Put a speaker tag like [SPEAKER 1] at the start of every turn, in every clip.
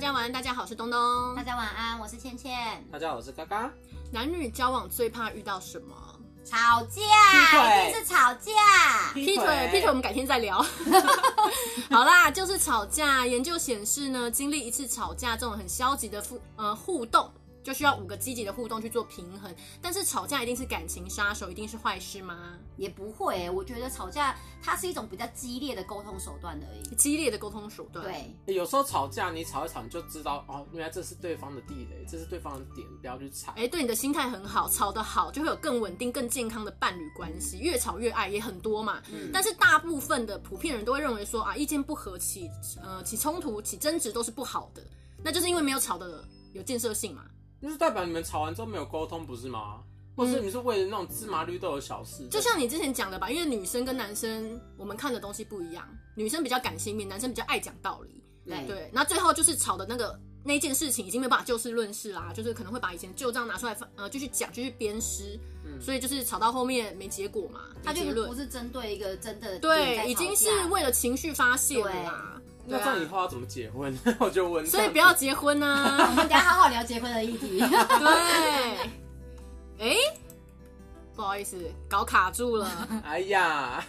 [SPEAKER 1] 家晚安，大家好，我是东东
[SPEAKER 2] 大。家晚安，我是倩倩。
[SPEAKER 3] 大家好，我是嘎嘎。
[SPEAKER 1] 男女交往最怕遇到什么？
[SPEAKER 2] 吵架，
[SPEAKER 3] 腿
[SPEAKER 2] 一定是吵架。
[SPEAKER 1] 劈腿，劈腿，我们改天再 聊。好啦，就是吵架。研究显示呢，经历一次吵架这种很消极的互呃互动，就需要五个积极的互动去做平衡。但是吵架一定是感情杀手，一定是坏事吗？
[SPEAKER 2] 也不会欸、我觉得吵架它是一种比较激烈的沟通手段而已。
[SPEAKER 1] 激烈的沟通手段。，
[SPEAKER 2] 对，
[SPEAKER 3] 有时候吵架，你吵一吵，你就知道哦，原来这是对方的地雷，这是对方的点，不要去踩。
[SPEAKER 1] 哎，对你的心态很好，吵得好就会有更稳定、更健康的伴侣关系。越吵越爱也很多嘛，
[SPEAKER 2] 嗯
[SPEAKER 1] 但是大部分的普遍人都会认为说啊，意见不合起呃起冲突、起争执都是不好的，那就是因为没有吵的有建设性嘛。
[SPEAKER 3] 就是代表你们吵完之后没有沟通，不是吗？或是
[SPEAKER 1] 嗯
[SPEAKER 3] 你是为了那种芝麻绿豆的小事，
[SPEAKER 1] 就像你之前讲的吧，因为女生跟男生我们看的东西不一样，女生比较感性面，男生比较爱讲道理。
[SPEAKER 2] 对
[SPEAKER 1] 对，那最后就是吵的那个那件事情已经没有办法就事论事啦，就是可能会把以前旧账拿出来翻呃继续讲，继续鞭尸，
[SPEAKER 3] 嗯
[SPEAKER 1] 所以就是吵到后面没结果嘛，
[SPEAKER 2] 它
[SPEAKER 1] 没结
[SPEAKER 2] 就
[SPEAKER 1] 论
[SPEAKER 2] 不。是针对一个真的点在
[SPEAKER 1] 对，
[SPEAKER 2] 吵
[SPEAKER 1] 已经是
[SPEAKER 2] 架
[SPEAKER 1] 为了情绪发泄了啦。
[SPEAKER 3] 那
[SPEAKER 1] 对
[SPEAKER 3] 这样以
[SPEAKER 1] 啊，
[SPEAKER 3] 后要怎么结婚？ 我就问。
[SPEAKER 1] 所以不要结婚
[SPEAKER 2] 我
[SPEAKER 1] 啊。
[SPEAKER 2] 们等一下好好聊结婚的 议题。
[SPEAKER 1] 对，哎、不好意思，搞卡住了。
[SPEAKER 3] 哎呀，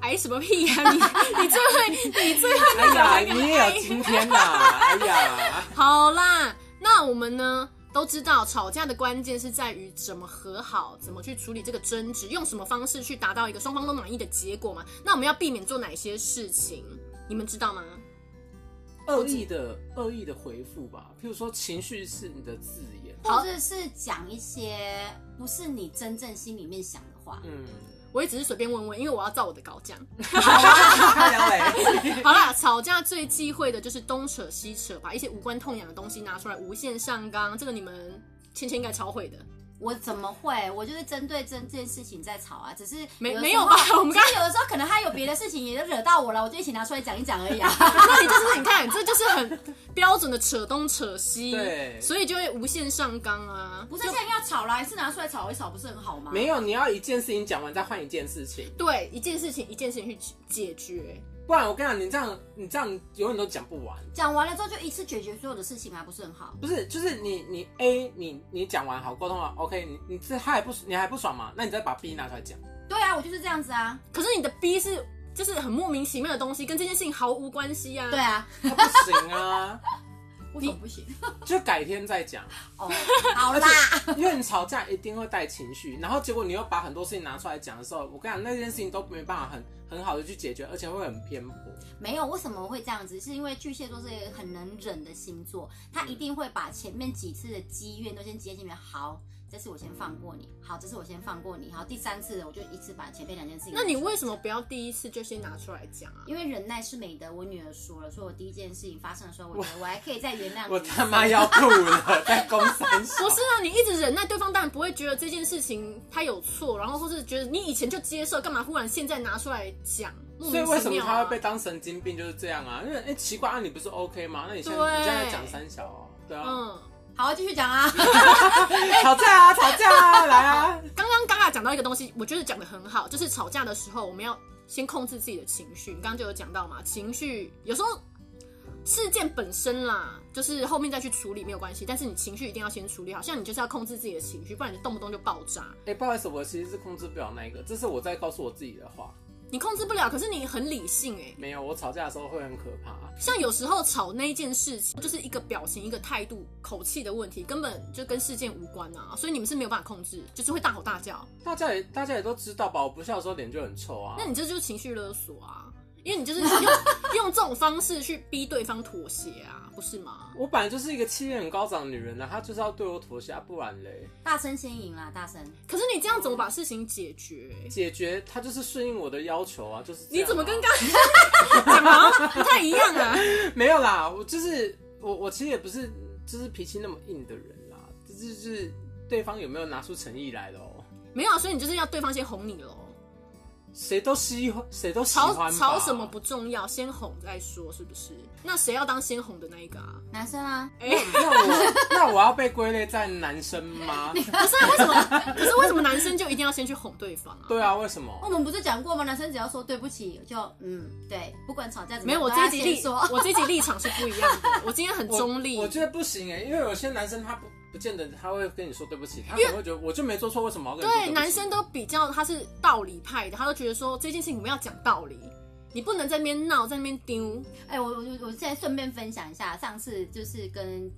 [SPEAKER 1] 哎，什么屁呀、你你最会，你最会
[SPEAKER 3] 哎呀，你也有今天 呐！哎呀，
[SPEAKER 1] 好啦，那我们呢都知道，吵架的关键是在于怎么和好，怎么去处理这个争执，用什么方式去达到一个双方都满意的结果嘛？那我们要避免做哪些事情？你们知道吗？
[SPEAKER 3] 恶意的恶意的回复吧，譬如说情绪是你的字眼，
[SPEAKER 2] 或者是讲一些不是你真正心里面想的话。
[SPEAKER 3] 嗯，
[SPEAKER 1] 我也只是随便问问，因为我要照我的稿讲。
[SPEAKER 3] 杨磊，
[SPEAKER 1] 好啦，吵架最忌讳的就是东扯西扯，把一些无关痛痒的东西拿出来无限上纲，这个你们芊芊应该超会的。
[SPEAKER 2] 我怎么会？我就是针对这件事情在吵啊，只是
[SPEAKER 1] 没
[SPEAKER 2] 的时候
[SPEAKER 1] 没有吧我们刚
[SPEAKER 2] 只是有的时候可能他有别的事情也惹到我了，我就一起拿出来讲一讲而已啊。
[SPEAKER 1] 那你就是你看，这就是很标准的扯东扯西，
[SPEAKER 3] 对
[SPEAKER 1] 所以就会无限上纲啊。
[SPEAKER 2] 不是现在要吵啦，还是拿出来吵一吵，不是很好吗？
[SPEAKER 3] 没有，你要一件事情讲完再换一件事情。
[SPEAKER 1] 对，一件事情一件事情去解决。
[SPEAKER 3] 不然我跟你讲，你这样你这样永远都讲不完。
[SPEAKER 2] 讲完了之后就一次解决所有的事情啊，不是很好？
[SPEAKER 3] 不是，就是你你 A 你你讲完好沟通了，OK，你你这他还不你还不爽嘛？那你再把 B 拿出来讲，
[SPEAKER 2] 对啊，我就是这样子啊。
[SPEAKER 1] 可是你的 B 是就是很莫名其妙的东西，跟这件事情毫无关系呀、啊。
[SPEAKER 2] 对，啊，
[SPEAKER 3] 那不行啊，
[SPEAKER 2] 为什么不行？
[SPEAKER 3] 就改天再讲。
[SPEAKER 2] 哦，好
[SPEAKER 3] 而
[SPEAKER 2] 啦，
[SPEAKER 3] 且因为你吵架一定会带情绪，然后结果你又把很多事情拿出来讲的时候，我跟你讲那件事情都没办法很很好的去解决，而且会很偏颇。
[SPEAKER 2] 没有，为什么会这样子？是因为巨蟹座是一个很能忍的星座，
[SPEAKER 3] 嗯
[SPEAKER 2] 他一定会把前面几次的积怨都先积在心里面。好，这次我先放过你。好，这次我先放过你。好，第三次的我就一次把前面两件事情。
[SPEAKER 1] 那你为什么？不要第一次就先拿出来讲啊？
[SPEAKER 2] 因为忍耐是美德。我女儿说了，说我第一件事情发生的时候，我觉得我还可以再原
[SPEAKER 1] 啊
[SPEAKER 2] 谅你。
[SPEAKER 3] 我他妈要吐了，在公三 小
[SPEAKER 1] 不是啊，你一直忍耐，对方当然不会觉得这件事情他有错，然后或是觉得你以前就接受，干嘛忽然现在拿出来讲？莫
[SPEAKER 3] 所以
[SPEAKER 1] 名
[SPEAKER 3] 为
[SPEAKER 1] 其
[SPEAKER 3] 什么
[SPEAKER 1] 妙
[SPEAKER 3] 他
[SPEAKER 1] 啊
[SPEAKER 3] 会！被当神经病就是这样啊？因为哎、奇怪啊，你不是 OK 吗？那你现在
[SPEAKER 1] 对
[SPEAKER 3] 你现在在讲三小哦，对啊，
[SPEAKER 1] 嗯，
[SPEAKER 2] 好，继续讲啊。
[SPEAKER 3] 吵架啊，吵架 啊，来啊！
[SPEAKER 1] 刚刚嘎嘎讲到一个东西，我觉得讲的很好，就是吵架的时候我们要先控制自己的情绪。你刚刚就有讲到嘛，情绪有时候事件本身啦，就是后面再去处理没有关系，但是你情绪一定要先处理好，像你就是要控制自己的情绪，不然你动不动就爆炸。
[SPEAKER 3] 哎、不好意思，我其实是控制不了那一个，这是我在告诉我自己的话。
[SPEAKER 1] 你控制不了，可是你很理性欸诶、
[SPEAKER 3] 没有，我吵架的时候会很可怕。
[SPEAKER 1] 像有时候吵那一件事情，就是一个表情、一个态度、口气的问题，根本就跟事件无关啊，所以你们是没有办法控制，就是会大吼大叫。
[SPEAKER 3] 大家也大家也都知道吧，我不笑的时候脸就很臭啊
[SPEAKER 1] 那。你这就是情绪勒索啊，因为你就是 用用这种方式去逼对方妥协啊，不是吗？
[SPEAKER 3] 我本来就是一个气焰很高涨的女人呢、她就是要对我妥协，啊不然嘞，
[SPEAKER 2] 大声先赢啦，大声。
[SPEAKER 1] 可是你这样怎么把事情解决？
[SPEAKER 3] 解决她就是顺应我的要求啊，就是、
[SPEAKER 1] 你怎么跟刚讲好像不太一样啊？
[SPEAKER 3] 没有啦，我就是我，我其实也不是就是脾气那么硬的人啦，就是就是对方有没有拿出诚意来咯。哦
[SPEAKER 1] 没有啊，所以你就是要对方先哄你喽。
[SPEAKER 3] 谁都喜欢，谁都喜欢吧
[SPEAKER 1] 吵吵什么？不重要，先哄再说，是不是？那谁要当先哄的那一个啊？
[SPEAKER 2] 男生 啊，
[SPEAKER 1] 哎、
[SPEAKER 3] 那我那我要被归类在男生 吗？
[SPEAKER 1] 可是
[SPEAKER 2] 啊
[SPEAKER 1] 为什么？ 可是为什么男生就一定要先去哄对方啊？
[SPEAKER 3] 对啊，为什么？
[SPEAKER 2] 我们不是讲过吗？男生只要说对不起，就嗯，对，不管吵架怎么样，
[SPEAKER 1] 没有，我
[SPEAKER 2] 都
[SPEAKER 1] 这
[SPEAKER 2] 要
[SPEAKER 1] 一集
[SPEAKER 2] 先
[SPEAKER 1] 立，
[SPEAKER 2] 说，
[SPEAKER 1] 我这一集立场是不一样的。我今天很中立，
[SPEAKER 3] 我我觉得不行哎、因为有些男生他不不见得他会跟你说对不起，他可能会觉得我就没做错，为什么要跟你说
[SPEAKER 1] 对
[SPEAKER 3] 不起
[SPEAKER 1] 男生都比较他是道理派的，他都觉得说这件事情我们要讲道理，你不能在那边闹，在那边丢。
[SPEAKER 2] 哎、我我我现在顺便分享一下，上次就是跟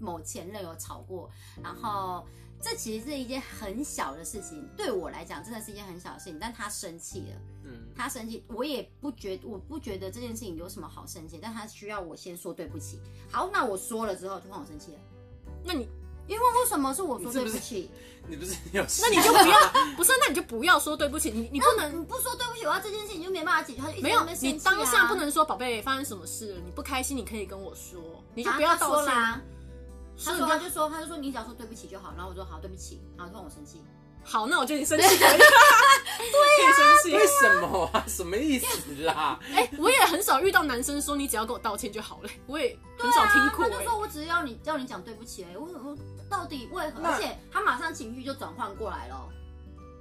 [SPEAKER 2] 某前任有吵过，然后这其实是一件很小的事情，对我来讲真的是一件很小的事情，但他生气了，
[SPEAKER 3] 嗯，
[SPEAKER 2] 他生气，我也不觉我不觉得这件事情有什么好生气，但他需要我先说对不起。好，那我说了之后就换我生气了，
[SPEAKER 1] 那你
[SPEAKER 2] 因为为什么是我说
[SPEAKER 3] 你是
[SPEAKER 2] 对
[SPEAKER 3] 不
[SPEAKER 2] 不
[SPEAKER 3] 是
[SPEAKER 2] 起？
[SPEAKER 3] 你不是有事
[SPEAKER 1] 那你就不要，不是那你就不要说对不起，你你不能。
[SPEAKER 2] 你不说对不起，我要这件事情就没办法解决，他就一直
[SPEAKER 1] 没
[SPEAKER 2] 在那
[SPEAKER 1] 有
[SPEAKER 2] 边，生
[SPEAKER 1] 啊你
[SPEAKER 2] 气啊
[SPEAKER 1] 当下不，能说宝贝发生什么事了，你不开心你可以跟我说，你就不要
[SPEAKER 2] 啊他说
[SPEAKER 1] 道歉。
[SPEAKER 2] 啦。
[SPEAKER 1] 所以
[SPEAKER 2] 他说
[SPEAKER 1] 你
[SPEAKER 2] 他
[SPEAKER 1] 就
[SPEAKER 2] 就说他就说你只要说对不起就好，然后我说好对不起，然后就换我生气。
[SPEAKER 1] 好，那我觉得你生气 可以，对
[SPEAKER 3] 为
[SPEAKER 1] 呀、
[SPEAKER 3] 什么啊？什么意思啦？
[SPEAKER 1] 哎、我也很少遇到男生说你只要跟我道歉就好了，我也很少听过、
[SPEAKER 2] 他就
[SPEAKER 1] 哎
[SPEAKER 2] 说我只是要你要你讲对不起而已，我我到底为何？
[SPEAKER 3] 那
[SPEAKER 2] 而且他马上情绪就转换过来了，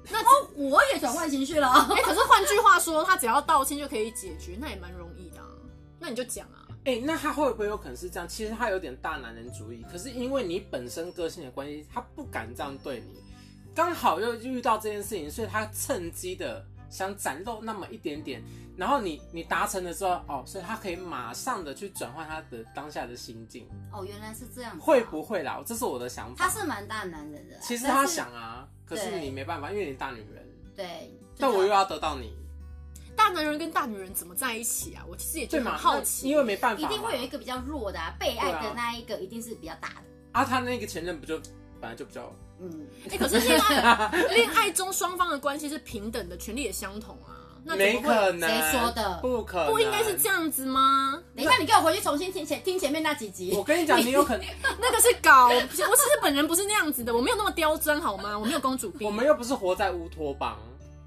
[SPEAKER 1] 那
[SPEAKER 2] 哦，我也转换情 绪了。
[SPEAKER 1] 哎、可是换句话说，他只要道歉就可以解决，那也蛮容易的、啊。那你就讲啊，
[SPEAKER 3] 哎、那他会不会有可能是这样？其实他有点大男人主义，可是因为你本身个性的关系，他不敢这样对你，刚好又遇到这件事情，所以他趁机的想展露那么一点点，然后你你达成了之后，哦，所以他可以马上的去转换他的当下的心境，
[SPEAKER 2] 哦，原来是这样子啊、
[SPEAKER 3] 会不会啦？这是我的想法。
[SPEAKER 2] 他是蛮大男人的，
[SPEAKER 3] 其实
[SPEAKER 2] 但
[SPEAKER 3] 他
[SPEAKER 2] 是
[SPEAKER 3] 想啊，可是你没办法，因为你大女人，
[SPEAKER 2] 对，啊
[SPEAKER 3] 但我
[SPEAKER 2] 就
[SPEAKER 3] 又要得到你，
[SPEAKER 1] 大男人跟大女人怎么在一起啊？我其实也觉
[SPEAKER 3] 对
[SPEAKER 1] 得
[SPEAKER 3] 嘛？
[SPEAKER 1] 很好奇，
[SPEAKER 3] 那因为没办法
[SPEAKER 2] 一
[SPEAKER 3] 嘛，
[SPEAKER 2] 定会有一个比较弱的、啊，被爱
[SPEAKER 3] 对啊
[SPEAKER 2] 的那一个一定是比较大的。
[SPEAKER 3] 啊，他那个前任不就本来就比较
[SPEAKER 2] 嗯，
[SPEAKER 1] 哎、可是恋爱恋爱中双方的关系是平等的，权利也相同啊，那怎
[SPEAKER 3] 没
[SPEAKER 1] 么会
[SPEAKER 3] 可能，
[SPEAKER 2] 谁说的
[SPEAKER 3] 不可能，
[SPEAKER 1] 不应该是这。样子吗？
[SPEAKER 2] 等一下，你给我回去重新听前听前面那几集
[SPEAKER 3] 我。跟你讲，你有可 能，
[SPEAKER 1] 那个是搞，我其实本人不是那样子的，我没有那么刁钻好吗？我没有公主病
[SPEAKER 3] 我。们又不是活在乌托邦，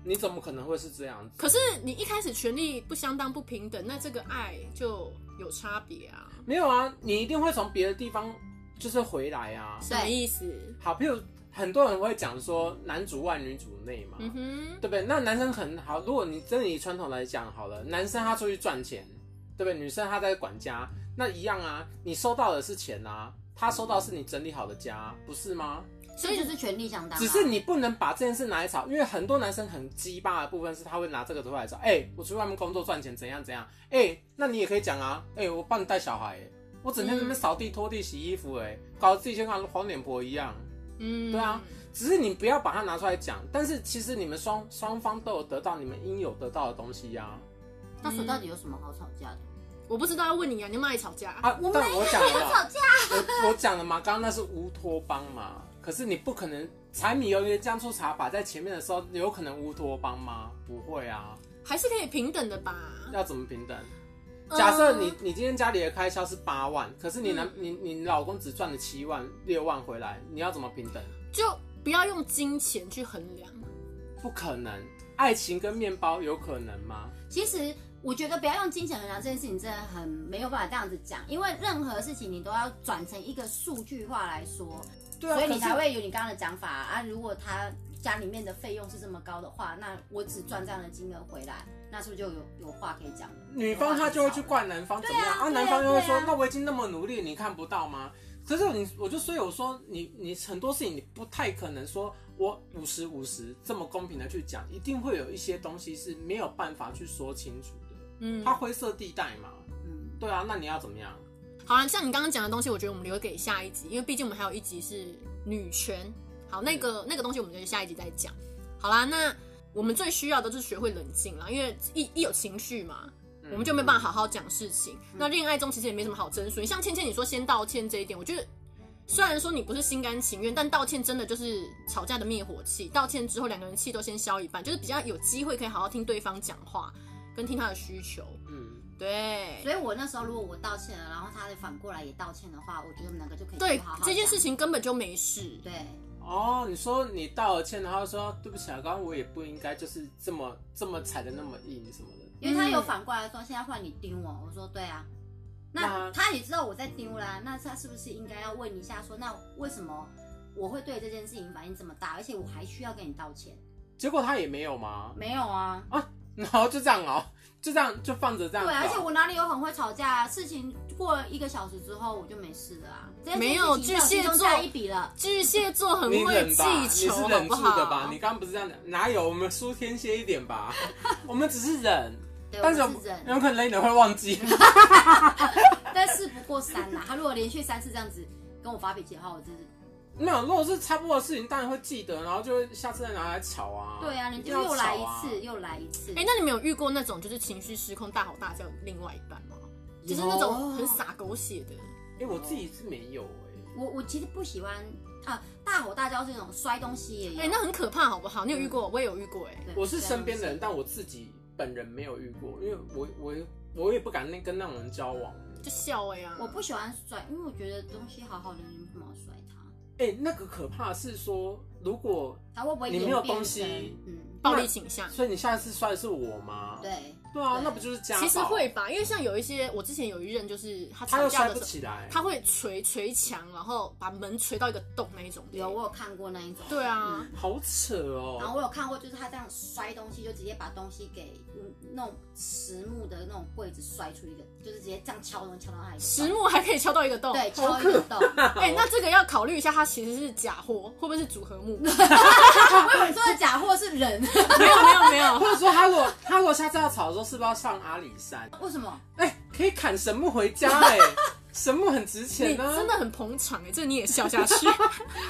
[SPEAKER 3] 你怎么可能会是这样子？
[SPEAKER 1] 可是你一开始权利不相当不平等，那这个爱就有差别啊？
[SPEAKER 3] 没有啊，你一定会从别的地方就是回来啊。
[SPEAKER 1] 什么
[SPEAKER 2] 对
[SPEAKER 1] 意思？
[SPEAKER 3] 好，譬如很多人会讲说男主外女主内嘛，
[SPEAKER 1] 嗯哼，
[SPEAKER 3] 对不对？那男生很好，如果你真的以传统来讲好了，男生他出去赚钱，对不对？女生她在管家，那一样啊。你收到的是钱啊，他收到是你整理好的家，不是吗？
[SPEAKER 2] 所以就是权力相当、啊，
[SPEAKER 3] 只是你不能把这件事拿来吵，因为很多男生很鸡巴的部分是他会拿这个出来吵。哎、我出去外面工作赚钱怎样怎样，哎、那你也可以讲啊，哎、我帮你带小孩、哎我整天在那边扫地、拖地、洗衣服、哎，搞得自己就跟黄脸婆一样。
[SPEAKER 1] 嗯，
[SPEAKER 3] 对啊，只是你不要把它拿出来讲，但是其实你们双双方都有得到你们应有得到的东西啊呀、
[SPEAKER 2] 那所以到底有什么好吵架的？
[SPEAKER 1] 我不知道要问你啊，你有没有爱吵架？
[SPEAKER 3] 啊。
[SPEAKER 2] 我们
[SPEAKER 3] 但我讲了
[SPEAKER 2] 吵
[SPEAKER 3] 嘛，
[SPEAKER 2] 架
[SPEAKER 3] 我我讲了嘛，刚刚那是乌托邦嘛，可是你不可能柴米油盐酱醋茶摆在前面的时候，有可能乌托邦吗？不会啊，
[SPEAKER 1] 还是可以平等的吧？
[SPEAKER 3] 要怎么平等？
[SPEAKER 2] 呃
[SPEAKER 1] 嗯
[SPEAKER 3] 假设你你今天家里的开销是八万，可是你男、
[SPEAKER 2] 嗯
[SPEAKER 3] 你你老公只赚了七万六万回来，你要怎么平等？
[SPEAKER 1] 就不要用金钱去衡量，
[SPEAKER 3] 不可能，爱情跟面包有可能吗？
[SPEAKER 2] 其实我觉得不要用金钱衡量这件事情，真的很没有办法这样子讲，因为任何事情你都要转成一个数据化来说，
[SPEAKER 3] 对啊，
[SPEAKER 2] 所以
[SPEAKER 3] 可
[SPEAKER 2] 你
[SPEAKER 3] 是
[SPEAKER 2] 才会有你刚刚的讲法啊。如果他家里面的费用是这么高的话，那我只赚这样的金额回来，那是不是就有有话可以讲了？
[SPEAKER 3] 女方她就会去怪男方怎么样
[SPEAKER 2] 对啊
[SPEAKER 3] 男方就会
[SPEAKER 2] 对
[SPEAKER 3] 说
[SPEAKER 2] 啊：“
[SPEAKER 3] 那我已经那么努力，你看不到吗？”可是你，我就所以我说你，你很多事情你不太可能说我五十五十这么公平的去讲，一定会有一些东西是没有办法去说清楚的，
[SPEAKER 1] 嗯
[SPEAKER 3] 它，灰色地带嘛。
[SPEAKER 2] 嗯，
[SPEAKER 3] 对啊，那你要怎么样？
[SPEAKER 1] 好了，像你刚刚讲的东西，我觉得我们留给下一集，因为毕竟我们还有一集是女权。好，那个那个东西我们就下一集再讲。好啦，那我们最需要的就是学会冷静啦，因为一一有情绪嘛，
[SPEAKER 3] 嗯
[SPEAKER 1] 我们就没办法好好讲事情。那恋爱中其实也没什么好争论，像芊芊你说先道歉这一点，我觉得虽然说你不是心甘情愿，但道歉真的就是吵架的灭火器。道歉之后，两个人气都先消一半，就是比较有机会可以好好听对方讲话，跟听他的需求。
[SPEAKER 3] 嗯，
[SPEAKER 1] 对，
[SPEAKER 2] 所以我那时候如果我道歉了，然后他反过来也道歉的话，我觉得我们两个就可以
[SPEAKER 1] 对
[SPEAKER 2] 好好，
[SPEAKER 1] 这件
[SPEAKER 2] 讲
[SPEAKER 1] 事情根本就没事。
[SPEAKER 2] 对。
[SPEAKER 3] 哦，你说你道了歉，然后说对不起啊，刚刚我也不应该就是这么这么踩的那么硬什么的。
[SPEAKER 2] 因为他有反过来说，现在换你盯我，我说对啊，那
[SPEAKER 3] 那
[SPEAKER 2] 他也知道我在盯啦，那他是不是应该要问一下说，那为什么我会对这件事情反应这么大，而且我还需要跟你道歉？
[SPEAKER 3] 结果他也没有吗？
[SPEAKER 2] 没有啊，
[SPEAKER 3] 然后就这样哦， 就这样就放着这样
[SPEAKER 2] 对
[SPEAKER 3] 搞。
[SPEAKER 2] 啊，而且我哪里有很会吵架啊？事情过了一个小时之后我就没事了啊，这件
[SPEAKER 1] 没有
[SPEAKER 2] 事情到
[SPEAKER 1] 巨蟹
[SPEAKER 2] 心中
[SPEAKER 1] 座
[SPEAKER 2] 下一笔了。
[SPEAKER 1] 巨蟹座很
[SPEAKER 3] 你
[SPEAKER 1] 会
[SPEAKER 3] 忍
[SPEAKER 1] 记
[SPEAKER 3] 吧，你是
[SPEAKER 1] 仇，好
[SPEAKER 3] 忍
[SPEAKER 1] 不
[SPEAKER 3] 住的吧？
[SPEAKER 1] 好
[SPEAKER 3] 你？刚刚不是这样的？哪有？我们输天蝎一点吧， 我们只是忍，
[SPEAKER 2] 对，我
[SPEAKER 3] 但是嗯
[SPEAKER 2] 们
[SPEAKER 3] 有
[SPEAKER 2] 是人，
[SPEAKER 3] 有可能你会忘记。
[SPEAKER 2] 但事不过三呐、他如果连续三次这样子跟我发脾气的话，我真是
[SPEAKER 3] 没有，如果是差不多的事情，当然会记得，然后就会下次再拿来吵啊。
[SPEAKER 2] 对啊，你就
[SPEAKER 3] 定要
[SPEAKER 2] 又来一
[SPEAKER 3] 吵啊
[SPEAKER 2] 次，又来一次。
[SPEAKER 1] 哎、那你们有遇过那种就是情绪失控大吼大叫的另外一半吗？就是那种很洒狗血的，
[SPEAKER 3] 哎、我自己是没有哎、
[SPEAKER 2] 我我其实不喜欢啊，大吼大叫这种摔东西也有。
[SPEAKER 1] 哎、那很可怕，好不好？你有遇
[SPEAKER 3] 嗯
[SPEAKER 1] 过？我也有遇过、哎，
[SPEAKER 2] 对
[SPEAKER 3] 我是
[SPEAKER 2] 摔东西
[SPEAKER 3] 身边的人，但我自己本人没有遇过，因为我我我也不敢那跟那种人交往。
[SPEAKER 1] 就笑哎、呀，
[SPEAKER 2] 我不喜欢摔，因为我觉得东西好好的，你为什么要摔它？
[SPEAKER 3] 哎、那个可怕的是说，如果
[SPEAKER 2] 它会不会
[SPEAKER 3] 你没
[SPEAKER 2] 演
[SPEAKER 3] 有
[SPEAKER 2] 变
[SPEAKER 3] 东西
[SPEAKER 2] 成嗯，
[SPEAKER 1] 暴力倾向。
[SPEAKER 3] 所以你下一次摔的是我吗？
[SPEAKER 2] 对，
[SPEAKER 3] 对啊，
[SPEAKER 2] 对
[SPEAKER 3] 那不就是家暴？
[SPEAKER 1] 其实会吧，因为像有一些，我之前有一任就是他
[SPEAKER 3] 他
[SPEAKER 1] 吵
[SPEAKER 3] 又
[SPEAKER 1] 架
[SPEAKER 3] 摔
[SPEAKER 1] 的
[SPEAKER 3] 不
[SPEAKER 1] 时候，
[SPEAKER 3] 起来，
[SPEAKER 1] 他会捶捶墙，然后把门捶到一个洞那一种的。
[SPEAKER 2] 有
[SPEAKER 3] 啊
[SPEAKER 2] 我有看过那一种。
[SPEAKER 1] 对啊
[SPEAKER 2] 嗯
[SPEAKER 3] 好扯
[SPEAKER 2] 然后
[SPEAKER 3] 哦。
[SPEAKER 2] 我有看过，就是他这样摔东西，就直接把东西给嗯那种实木的那种柜子摔出一个，就是直接这样敲东西敲到他一个洞
[SPEAKER 1] 实木还可以敲到一个洞。
[SPEAKER 2] 对敲一个洞。
[SPEAKER 1] 哎、那这个要考虑一下，它其实是假货，会不会是组合 木？
[SPEAKER 2] 我以为你说的假货是人，
[SPEAKER 1] 没有没有没有，
[SPEAKER 3] 或者说他如果他如果下次要吵的时候，是不是要上阿里山？
[SPEAKER 2] 为什么？
[SPEAKER 3] 哎、可以砍神木回家 哎、神木很值
[SPEAKER 1] 你
[SPEAKER 3] 钱啊呢、
[SPEAKER 1] 真的很捧场哎、这你也笑下去。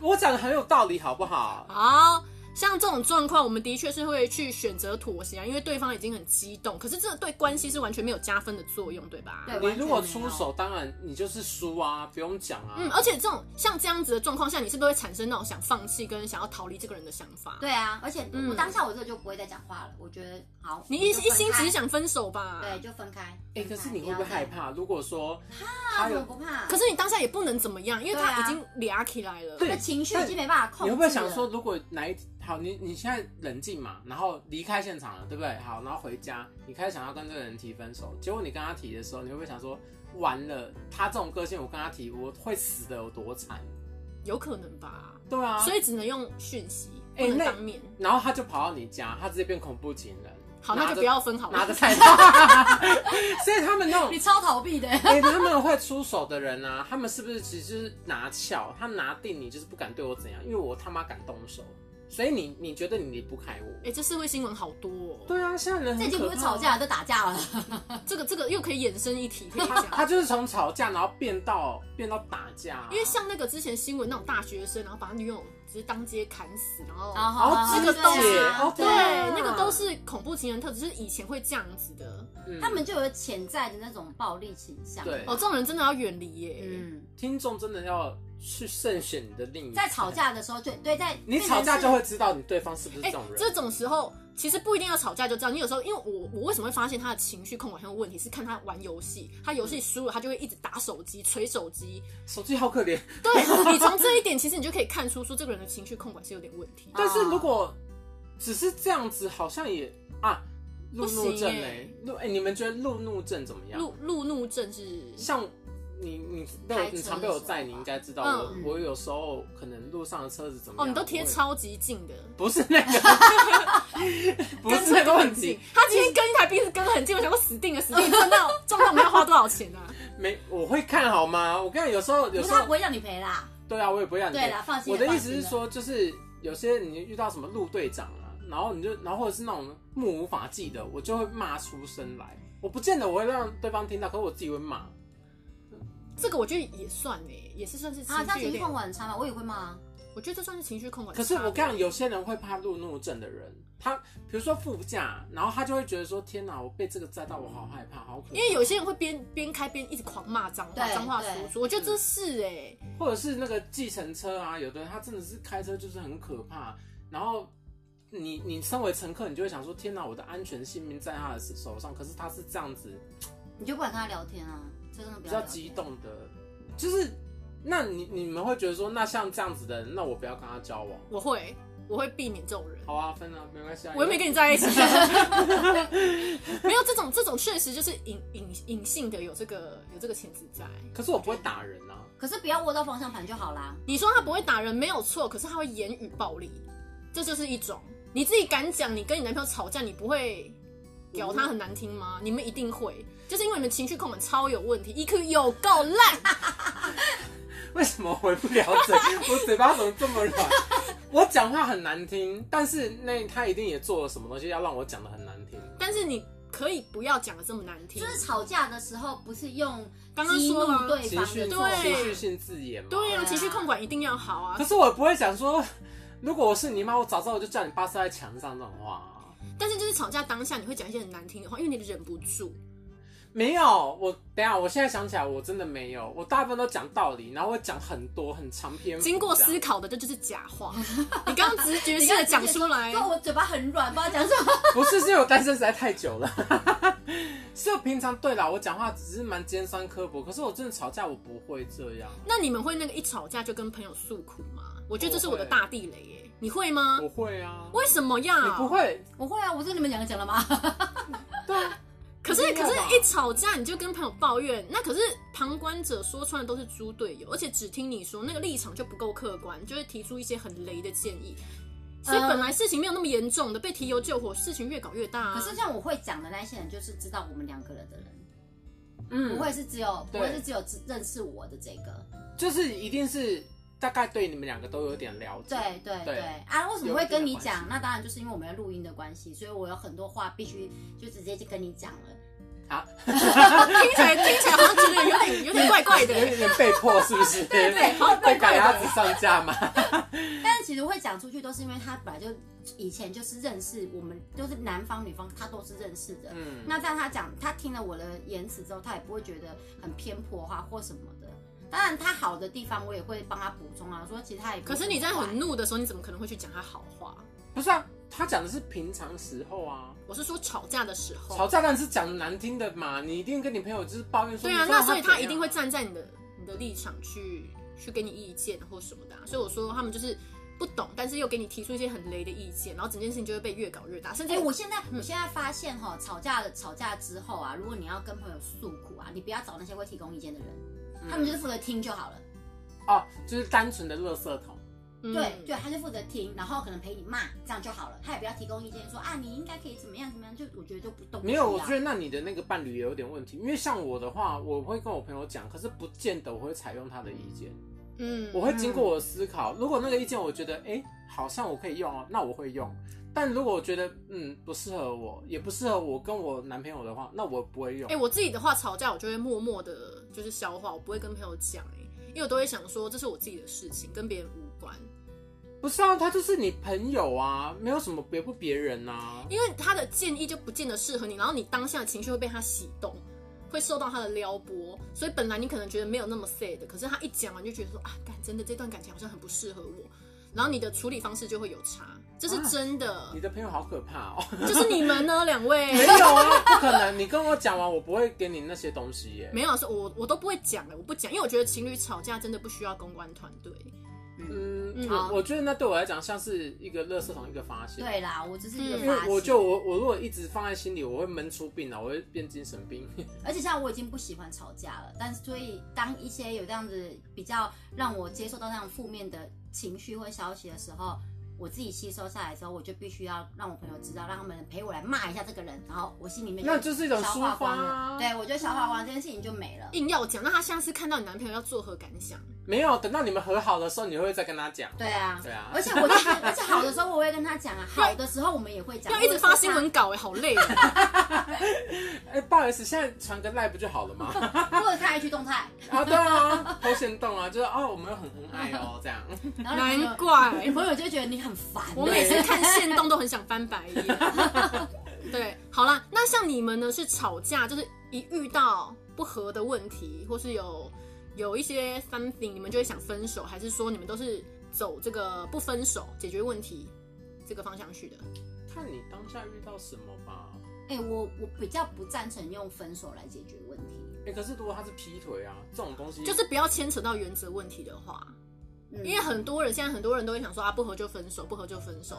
[SPEAKER 3] 我讲的很有道理，好不好？
[SPEAKER 1] 好，像这种状况，我们的确是会去选择妥协啊，因为对方已经很激动，可是这对关系是完全没有加分的作用，对吧？
[SPEAKER 2] 对
[SPEAKER 3] 你如果出手，当然你就是输啊，不用讲啊。
[SPEAKER 1] 嗯，而且这种像这样子的状况下，你是不是会产生那种想放弃跟想要逃离这个人的想法？，
[SPEAKER 2] 对啊，而且我
[SPEAKER 1] 嗯
[SPEAKER 2] 当下我这个就不会再讲话了。我觉得好，
[SPEAKER 1] 你一
[SPEAKER 2] 就
[SPEAKER 1] 一
[SPEAKER 2] 分
[SPEAKER 1] 心
[SPEAKER 2] 开
[SPEAKER 1] 只是想分手吧？
[SPEAKER 2] 对，。就分开。
[SPEAKER 3] 哎、可
[SPEAKER 2] 分开
[SPEAKER 3] 是你会不会害？怕？哎如果说
[SPEAKER 2] 要再怕
[SPEAKER 3] 他
[SPEAKER 2] 我
[SPEAKER 3] 有，
[SPEAKER 2] 不怕。
[SPEAKER 1] 可是你当下也不能怎么样，因为他
[SPEAKER 2] 对啊
[SPEAKER 1] 已经俩起来了。
[SPEAKER 2] 我
[SPEAKER 3] 对
[SPEAKER 2] 的情绪已经没办法控制。
[SPEAKER 3] 你会不会想说，？如果哪一好，你你现在冷静嘛，然后离开现场了，对不对？好，然后回家，你开始想要跟这个人提分手，结果你跟他提的时候，你会不会想说，完了，他这种个性，我跟他提，我会死的有多惨？
[SPEAKER 1] 有可能吧，
[SPEAKER 3] 对啊，
[SPEAKER 1] 所以只能用讯息，不
[SPEAKER 3] 哎
[SPEAKER 1] 能
[SPEAKER 3] 那
[SPEAKER 1] 当面。
[SPEAKER 3] 然后他就跑到你家，他直接变恐怖情人。
[SPEAKER 1] 好，
[SPEAKER 3] 拿
[SPEAKER 1] 那
[SPEAKER 3] 着
[SPEAKER 1] 就不要分好了。
[SPEAKER 3] 拿着菜刀， 所以他们那种
[SPEAKER 2] 你超逃避的。
[SPEAKER 3] 哎、他们会出手的人啊，他们是不是其实就是拿撬，他拿定你就是不敢对我怎样，因为我他妈敢动手，所以你你觉得你离不开
[SPEAKER 1] 哎、
[SPEAKER 3] 我？
[SPEAKER 1] 这社会新闻好多、哦，
[SPEAKER 3] 对啊，现在人
[SPEAKER 2] 这
[SPEAKER 3] 很
[SPEAKER 2] 已经
[SPEAKER 3] 可
[SPEAKER 2] 不
[SPEAKER 3] 怕
[SPEAKER 2] 是吵架了，这打架了。
[SPEAKER 1] 这个这个又可以衍生一题，可以
[SPEAKER 3] 他 他
[SPEAKER 1] 讲。
[SPEAKER 3] 就是从吵架然后变到变到打架啊、
[SPEAKER 1] 因为像那个之前新闻那种大学生，然后把女友直接当街砍死，然后、
[SPEAKER 3] 好
[SPEAKER 1] 哦那个
[SPEAKER 2] 对
[SPEAKER 1] 都是
[SPEAKER 2] 啊
[SPEAKER 3] 哦
[SPEAKER 1] 对，
[SPEAKER 3] 对啊
[SPEAKER 1] 那个都是恐怖情人特质，就是以前会这样子的。
[SPEAKER 3] 嗯
[SPEAKER 2] 他们就有潜在的那种暴力倾向。
[SPEAKER 3] 对
[SPEAKER 1] 哦，这种人真的要远离耶。
[SPEAKER 2] 嗯，
[SPEAKER 3] 听众真的要去慎选你的另一
[SPEAKER 2] 在
[SPEAKER 3] 半，
[SPEAKER 2] 吵架的时候，对对，在
[SPEAKER 3] 你吵架就会知道你对方是不是
[SPEAKER 1] 哎、
[SPEAKER 3] 这种人。
[SPEAKER 1] 这种时候其实不一定要吵架就这样。你有时候，因为我我为什么会发现他的情绪控管很有问题，是看他玩游戏，他游戏输了，他就会一直打手机、捶手 机。
[SPEAKER 3] 手机好可怜，
[SPEAKER 1] 对你从这一点，其实你就可以看出说这个人的情绪控管是有点问 题。
[SPEAKER 3] 但是如果只是这样子，好像也啊，路怒
[SPEAKER 1] 不
[SPEAKER 3] 症
[SPEAKER 1] 行
[SPEAKER 3] 哎、
[SPEAKER 1] 欸
[SPEAKER 3] 路哎、你们觉得路怒症怎么样？
[SPEAKER 1] 路路怒症是
[SPEAKER 3] 像你你被
[SPEAKER 2] 开
[SPEAKER 3] 我
[SPEAKER 2] 车
[SPEAKER 3] 你常
[SPEAKER 2] 的
[SPEAKER 3] 被我
[SPEAKER 2] 时
[SPEAKER 3] 载，
[SPEAKER 2] 候
[SPEAKER 3] 你
[SPEAKER 2] 吧
[SPEAKER 3] 应该知道我、
[SPEAKER 2] 嗯
[SPEAKER 3] 我有时候可能路上的车子怎么
[SPEAKER 1] 哦，
[SPEAKER 3] 样？
[SPEAKER 1] 你都贴
[SPEAKER 3] 我也，
[SPEAKER 1] 超级近的。
[SPEAKER 3] 不是 那个，不
[SPEAKER 1] 跟
[SPEAKER 3] 是那
[SPEAKER 1] 车
[SPEAKER 3] 个
[SPEAKER 1] 都
[SPEAKER 3] 问
[SPEAKER 1] 很
[SPEAKER 3] 题
[SPEAKER 1] 近，，他今天跟一台宾士跟得很近，我想说死定了，死定了，撞到撞到我们要花多少钱啊？
[SPEAKER 3] 没我会看好吗？我跟你讲有时候
[SPEAKER 2] 可
[SPEAKER 3] 有
[SPEAKER 2] 是
[SPEAKER 3] 时
[SPEAKER 2] 他不
[SPEAKER 3] 候
[SPEAKER 2] 会让你赔啦。
[SPEAKER 3] 对啊，我也不会让你
[SPEAKER 2] 对
[SPEAKER 3] 贴
[SPEAKER 2] 啦，放心。
[SPEAKER 3] 我的意
[SPEAKER 2] 放
[SPEAKER 3] 思
[SPEAKER 2] 心
[SPEAKER 3] 是，说，就是有些你遇到什么路队长啊，然后你就，然后或者是那种目无法纪的，我就会骂出声来。我不见得我会让对方听到，可是我自己会骂。
[SPEAKER 1] 这个我觉得也算哎，也是算是情
[SPEAKER 2] 啊，他
[SPEAKER 1] 绪有
[SPEAKER 2] 情绪
[SPEAKER 1] 点
[SPEAKER 2] 控，管很差嘛，我也会骂啊。
[SPEAKER 1] 我觉得这算是情绪控管。
[SPEAKER 3] 可是我跟你讲，，有些人会怕路怒症的人，他比如说副驾，然后他就会觉得说：“天哪，我被这个载到，我好害怕，好可怕。”
[SPEAKER 1] 因为有些人会边边开边一直狂骂脏话，
[SPEAKER 2] 对
[SPEAKER 1] 脏话
[SPEAKER 2] 对嗯
[SPEAKER 1] 输出，我觉得这是哎，
[SPEAKER 3] 或者是那个计程车啊，有的人他真的是开车就是很可怕，然后。你你身为乘客，你就会想说：天哪，我的安全性命在他的手上。可是他是这样子，
[SPEAKER 2] 你就不敢跟他聊天啊，就真的不
[SPEAKER 3] 比
[SPEAKER 2] 要
[SPEAKER 3] 较
[SPEAKER 2] 聊天
[SPEAKER 3] 激动的，就是那你你们会觉得说，那像这样子的人，那我不要跟他交往。
[SPEAKER 1] 我会我会避免这种人。
[SPEAKER 3] 好啊，分了，没关系啊。
[SPEAKER 1] 我又没跟你在一起， 没有这种这种确实就是隐隐隐性的有这个有这个潜质在。
[SPEAKER 3] 可是我不会打人啊。
[SPEAKER 2] 可是不要握到方向盘就好啦。
[SPEAKER 1] 你说他不会打人没有错，可是他会言语暴力，这就是一种。你自己敢讲，你跟你男朋友吵架，你不会屌他很难听吗？你们一定会，就是因为你们情绪控管超有问题，EQ 有够烂。
[SPEAKER 3] 为什么回不了 嘴？我嘴巴怎么这么软？我讲话很难听，但是那他一定也做了什么东西，要让我讲的很难听。
[SPEAKER 1] 但是你可以不要讲的这么难听，
[SPEAKER 2] 就是吵架的时候不是用
[SPEAKER 1] 刚刚
[SPEAKER 2] 激
[SPEAKER 1] 说
[SPEAKER 2] 怒
[SPEAKER 1] 了啊
[SPEAKER 2] 对
[SPEAKER 3] 情
[SPEAKER 2] 方
[SPEAKER 3] 绪
[SPEAKER 2] 的
[SPEAKER 1] 对
[SPEAKER 2] 做法，
[SPEAKER 3] 情绪性字眼嘛。
[SPEAKER 1] 对
[SPEAKER 2] 对啊
[SPEAKER 1] 啊，情绪控管一定要好啊
[SPEAKER 3] 可。是我也不会讲说，如果我是你妈，我早知道我就叫你爸塞在墙上这种话啊。
[SPEAKER 1] 但是就是吵架当下，你会讲一些很难听的话，因为你忍不住。
[SPEAKER 3] 没有，我等一下，我现在想起来，我真的没有，我大部分都讲道理，然后我讲很多很长篇幅这
[SPEAKER 1] 经
[SPEAKER 3] 样。
[SPEAKER 1] 过思考的，这就是假话。
[SPEAKER 3] 啊
[SPEAKER 1] 你刚刚直觉
[SPEAKER 2] 你
[SPEAKER 1] 性
[SPEAKER 2] 刚
[SPEAKER 1] 的
[SPEAKER 2] 才
[SPEAKER 1] 讲
[SPEAKER 2] 直接
[SPEAKER 1] 出 来，
[SPEAKER 2] 啊说我嘴巴很软，不知道 讲什么。
[SPEAKER 3] 不是，是因为我单身实在太久了。 所以我平常对啦，我讲话只是蛮尖酸刻薄，可是我真的吵架我不会这样，
[SPEAKER 1] 那你们会那个一吵架就跟朋友诉苦吗？我觉得这是我的
[SPEAKER 3] 我会
[SPEAKER 1] 大地雷耶、你会吗？
[SPEAKER 3] 我会啊，
[SPEAKER 1] 为什么呀？
[SPEAKER 3] 你不。会，
[SPEAKER 2] 我会啊，我跟你们两个讲了吗？
[SPEAKER 3] 对啊，
[SPEAKER 1] 可是
[SPEAKER 3] 一定
[SPEAKER 1] 可
[SPEAKER 3] 要
[SPEAKER 1] 是
[SPEAKER 3] 吧，
[SPEAKER 1] 一吵架你就跟朋友抱怨，那可是旁观者说穿的都是猪队友，而且只听你说，那个立场就不够客观，就会提出一些很雷的建议。所以
[SPEAKER 2] 呃
[SPEAKER 1] 本来事情没有那么严重的，被提油救火，事情越搞越大、啊。
[SPEAKER 2] 可是像我会讲的那些人，就是知道我们两个人的人，
[SPEAKER 3] 嗯，
[SPEAKER 2] 不会是只有不
[SPEAKER 3] 对
[SPEAKER 2] 会是只有只认识我的这个。
[SPEAKER 3] 就是一定是大概对你们两个都有点了解，
[SPEAKER 2] 对对
[SPEAKER 3] 对
[SPEAKER 2] 对啊！为什么会跟你
[SPEAKER 3] 有一定的关系
[SPEAKER 2] 讲？那当然就是因为我们要录音的关系，所以我有很多话必须就直接就跟你讲了。
[SPEAKER 3] 啊，
[SPEAKER 1] 听起来听起来好像觉得有点有点怪怪的、
[SPEAKER 3] 有点被迫是不是？对
[SPEAKER 1] 对好像怪怪
[SPEAKER 3] 被赶
[SPEAKER 1] 的
[SPEAKER 3] 鸭子上架嘛，
[SPEAKER 2] 但是其实会讲出去，都是因为他本来就以前就是认识我们，就是男方女方他都是认识的。
[SPEAKER 3] 嗯，
[SPEAKER 2] 那这样他讲，他听了我的言辞之后，他也不会觉得很偏颇啊或什么的。当然，他好的地方我也会帮他补充啊，说其实他也不
[SPEAKER 1] 可是你在
[SPEAKER 2] 坏
[SPEAKER 1] 很怒的时候，你怎么可能会去讲他好话？
[SPEAKER 3] 不是啊，他讲的是平常时候啊。
[SPEAKER 1] 我是说吵架的时候。
[SPEAKER 3] 吵架当然是讲的难听的嘛，你一定跟你朋友就是抱怨说，
[SPEAKER 1] 对啊，
[SPEAKER 3] 你知道
[SPEAKER 1] 那所以
[SPEAKER 3] 他
[SPEAKER 1] 他
[SPEAKER 3] 怎样
[SPEAKER 1] 一定会站在你的你的立场去去给你意见或什么的啊、所以我说他们就是不懂，但是又给你提出一些很雷的意见，然后整件事情就会被越搞越大，甚至
[SPEAKER 2] 哎、我现在
[SPEAKER 1] 嗯
[SPEAKER 2] 我现在发现哈、吵架吵架之后啊，如果你要跟朋友诉苦啊，你不要找那些会提供意见的人，
[SPEAKER 1] 嗯
[SPEAKER 2] 他们就是负责听就好了。
[SPEAKER 3] 嗯哦，就是单纯的垃圾桶。
[SPEAKER 1] 嗯
[SPEAKER 2] 对对，他就负责听，然后可能陪你骂，这样就好了。他也不要提供意见说啊，你应该可以怎么样怎么样，就我觉得就不动。
[SPEAKER 3] 没
[SPEAKER 1] 啊
[SPEAKER 3] 有，我觉
[SPEAKER 2] 觉
[SPEAKER 3] 得那你的那个伴侣也有点问题，因为像我的话，我会跟我朋友讲，可是不见得我会采用他的意见，
[SPEAKER 1] 嗯
[SPEAKER 3] 我会经过我的思考。如果那个意见我觉得，哎、好像我可以用哦，那我会用。但如果我觉得，嗯，不适合我，也不适合我跟我男朋友的话，那我不会用。
[SPEAKER 1] 哎、我自己的话，吵架我就会默默的，就是消化，我不会跟朋友讲、哎，因为我都会想说这是我自己的事情，跟别人无关。
[SPEAKER 3] 不是啊，他就是你朋友啊，没有什么别不别人啊。
[SPEAKER 1] 因为他的建议就不见得适合你，然后你当下的情绪会被他洗动，会受到他的撩拨，所以本来你可能觉得没有那么 sad，可是他一讲完就觉得说啊，干真的这段感情好像很不适合我，然后你的处理方式就会有差，这是真的。
[SPEAKER 3] 啊你的朋友好可怕哦！
[SPEAKER 1] 就是你们呢，两位
[SPEAKER 3] 没有啊，不可能！你跟我讲完，我不会给你那些东西耶。
[SPEAKER 1] 没有啊是我我都不会讲的，我不讲，因为我觉得情侣吵架真的不需要公关团队。
[SPEAKER 3] 嗯，
[SPEAKER 1] 嗯
[SPEAKER 3] 我我觉得那对我来讲像是一个垃圾桶，一个发泄。
[SPEAKER 2] 对啦，我只是一个
[SPEAKER 1] 嗯
[SPEAKER 3] 因为
[SPEAKER 2] 发泄。
[SPEAKER 3] 我就我我如果一直放在心里，我会闷出病来，我会变精神病。
[SPEAKER 2] 而且像我已经不喜欢吵架了，但是所以当一些有这样子比较让我接受到那样负面的情绪或消息的时候，我自己吸收下来之后，我就必须要让我朋友知道，让他们陪我来骂一下这个人，然后我心里面
[SPEAKER 3] 那就是一种
[SPEAKER 2] 消化
[SPEAKER 3] 抒发
[SPEAKER 2] 光
[SPEAKER 3] 啊
[SPEAKER 2] 了。对，我觉得消化光了这件事情就没 了。
[SPEAKER 1] 硬要讲，那他下次看到你男朋友要作何感想？
[SPEAKER 3] 没有，等到你们和好的时候，你会再跟他讲。
[SPEAKER 2] 对啊，
[SPEAKER 3] 对啊
[SPEAKER 2] 而且我就是，而且好的时候我会跟他讲啊，好的时候我们也会讲，
[SPEAKER 1] 要一直发新闻稿哎、好累 哦。
[SPEAKER 3] 哎、不好意思，现在传个赖不就好了吗？
[SPEAKER 2] 或者看 IG 动态，
[SPEAKER 3] 啊，对啊，头先动啊，就是哦，我们很恩爱哦， 这样。
[SPEAKER 2] 然后你朋
[SPEAKER 1] 难
[SPEAKER 2] 友
[SPEAKER 1] 怪
[SPEAKER 2] 你朋友就会觉得你很烦。
[SPEAKER 1] 我每次看线动都很想翻白眼。 对，好啦，那像你们呢是吵架，就是一遇到不合的问题，或是有有一些 something，你们就会想分手，还是说你们都是走这个不分手解决问题这个方向去的？
[SPEAKER 3] 看你当下遇到什么吧。
[SPEAKER 2] 哎、我我比较不赞成用分手来解决问题。
[SPEAKER 3] 哎、可是如果他是劈腿啊，这种东西
[SPEAKER 1] 就是不要牵扯到原则问题的话，
[SPEAKER 2] 嗯
[SPEAKER 1] 因为很多人现在很多人都会想说啊，不合就分手，不合就分手。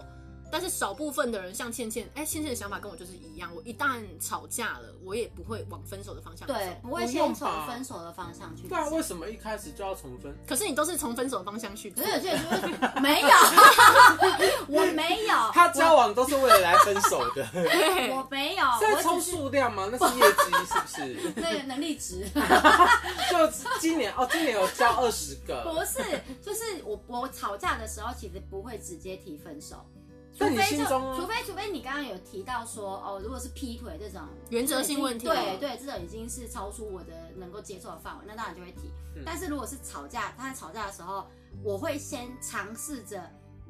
[SPEAKER 1] 但是少部分的人像倩倩，哎、倩倩的想法跟我就是一样。我一旦吵架了，我也不会往分手的方向走。
[SPEAKER 2] 对，不会
[SPEAKER 3] 不
[SPEAKER 2] 先
[SPEAKER 3] 用
[SPEAKER 2] 从
[SPEAKER 3] 吧
[SPEAKER 2] 分手的方向去
[SPEAKER 3] 对啊，
[SPEAKER 2] 讲
[SPEAKER 3] 为什么一开始就要重
[SPEAKER 2] 哦
[SPEAKER 3] 分？
[SPEAKER 1] 可是你都是从分手的方向去
[SPEAKER 2] 可
[SPEAKER 1] 做
[SPEAKER 2] 是。有些人就是 没有，我没有，
[SPEAKER 3] 他交往都是为了来分手的，
[SPEAKER 1] 对
[SPEAKER 2] 我没有，
[SPEAKER 3] 是在
[SPEAKER 2] 我
[SPEAKER 3] 冲
[SPEAKER 2] 只是
[SPEAKER 3] 数量吗？那是业绩是 不是？
[SPEAKER 2] 那个能力值
[SPEAKER 3] 就今年哦，今年有交二十
[SPEAKER 2] 不
[SPEAKER 3] 个，
[SPEAKER 2] 是，就是我我吵架的时候其实不会直接提分手，除
[SPEAKER 3] 在你
[SPEAKER 2] 非
[SPEAKER 3] 心
[SPEAKER 2] 就
[SPEAKER 3] 中啊
[SPEAKER 2] 除非除非你刚刚有提到说哦，如果是劈腿这种
[SPEAKER 1] 原则性问题
[SPEAKER 2] 对对，这种已经是超出我的能够接受的范围，那当然就会提。
[SPEAKER 3] 嗯
[SPEAKER 2] 但是如果是吵架，他吵架的时候，我会先尝试着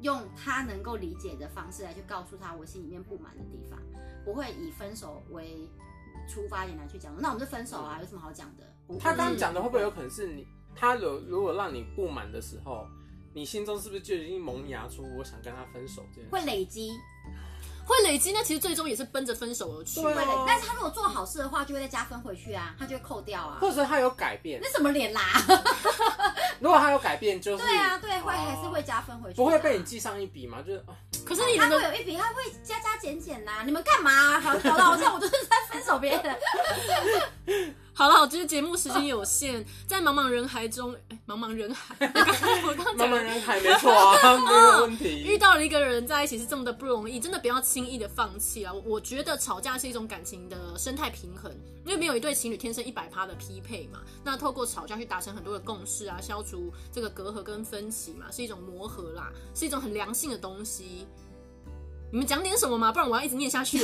[SPEAKER 2] 用他能够理解的方式来去告诉他我心里面不满的地方，不会以分手为出发点来去讲。那我们就分手啊，有什么好讲的？不
[SPEAKER 3] 嗯他刚刚
[SPEAKER 2] 是
[SPEAKER 3] 讲的会不会有可能是你他有如果让你不满的时候，你心中是不是就已经萌芽出我想跟他分手这件事？
[SPEAKER 2] 会累积？
[SPEAKER 1] 会累积，那其实最终也是奔着分手而去。
[SPEAKER 2] 会
[SPEAKER 3] 对
[SPEAKER 2] 累
[SPEAKER 3] 啊，
[SPEAKER 2] 但是他如果做好事的话，就会再加分回去啊，他就会扣掉啊。
[SPEAKER 3] 或者他有改变，
[SPEAKER 2] 那什么脸啦？
[SPEAKER 3] 如果他有改变，就是
[SPEAKER 2] 对啊，对，会
[SPEAKER 3] 哦
[SPEAKER 2] 还是会加分回去的啊，
[SPEAKER 3] 不会被你记上一笔嘛？就是啊
[SPEAKER 1] 可是你
[SPEAKER 2] 他
[SPEAKER 1] 能够
[SPEAKER 2] 会有一笔，他会加加减减呐。你们干嘛、啊好搞得好像我就是在分手别人。
[SPEAKER 1] 好了，我觉得节目时间有 限，在茫茫人海中，哎，茫茫人海，我刚我刚
[SPEAKER 3] 慢
[SPEAKER 1] 讲
[SPEAKER 3] 慢人还没 错啊，没有问
[SPEAKER 1] 遇
[SPEAKER 2] 嗯
[SPEAKER 3] 题。
[SPEAKER 1] 到了一个人在一起是这么的不容易，真的不要轻易的放弃啊！我我觉得吵架是一种感情的生态平衡，因为没有一对情侣天生一百趴的匹配嘛。那透过吵架去达成很多的共识啊，消除这个隔阂跟分歧嘛，是一种磨合啦，是一种很良性的东西。你们讲点什么嘛？不然我要一直念下去。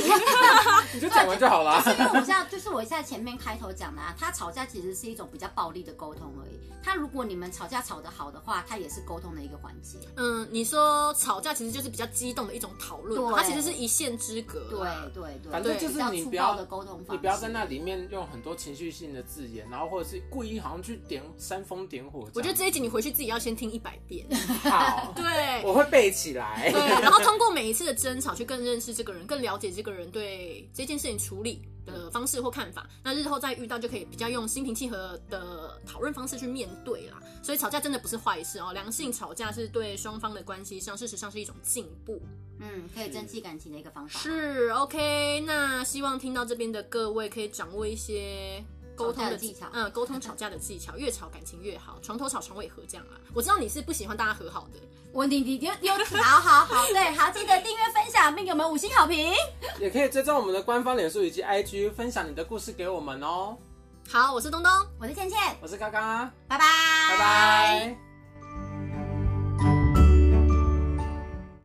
[SPEAKER 3] 你就讲完就好啦。
[SPEAKER 2] 因为我们现在嗯就是我在前面开头讲的啊，他吵架其实是一种比较暴力的沟通而已。他如果你们吵架吵得好的话，他也是沟通的一个环节。
[SPEAKER 1] 嗯，你说吵架其实就是比较激动的一种讨论嘛，
[SPEAKER 2] 对
[SPEAKER 1] 它其实是一线之隔啊
[SPEAKER 2] 对
[SPEAKER 1] 啦。
[SPEAKER 2] 对对，
[SPEAKER 3] 反正
[SPEAKER 2] 对
[SPEAKER 3] 就
[SPEAKER 2] 比
[SPEAKER 3] 是
[SPEAKER 2] 较
[SPEAKER 3] 你
[SPEAKER 2] 粗
[SPEAKER 3] 不要
[SPEAKER 2] 暴的沟通方式，
[SPEAKER 3] 你不要在那里面用很多情绪性的字眼，然后或者是故意好像去点煽风点火。
[SPEAKER 1] 我觉得这一集你回去自己要先听一百 遍。
[SPEAKER 3] 这样好，
[SPEAKER 1] 对，
[SPEAKER 3] 我会背起来。
[SPEAKER 1] 对，然后通过每一次的争吵去更认识这个人，更了解这个人对这件事情处理的方式或看法。那日后再遇到就可以比较用心平气和的讨论方式去面对啦。所以吵架真的不是坏事哦，良性吵架是对双方的关系上，事实上是一种进步。
[SPEAKER 2] 嗯，可以增进感情的一个方法。
[SPEAKER 1] 是 OK，那希望听到这边的各位可以掌握一些。沟通
[SPEAKER 2] 吵架
[SPEAKER 1] 的
[SPEAKER 2] 的技巧
[SPEAKER 1] 嗯，沟通吵架的技巧，越吵感情越好，床头吵，床尾和这样啊。我知道你是不喜欢大家和好的，
[SPEAKER 2] 我你你丢丢，好好好，对，好记得订阅分享，并给我们五星好评。
[SPEAKER 3] 也可以追踪我们的官方脸书以及 IG，分享你的故事给我们哦。
[SPEAKER 1] 好，我是东东，
[SPEAKER 2] 我是倩倩，
[SPEAKER 3] 我是刚刚，
[SPEAKER 2] 拜拜，
[SPEAKER 3] 拜
[SPEAKER 2] 拜
[SPEAKER 3] 拜。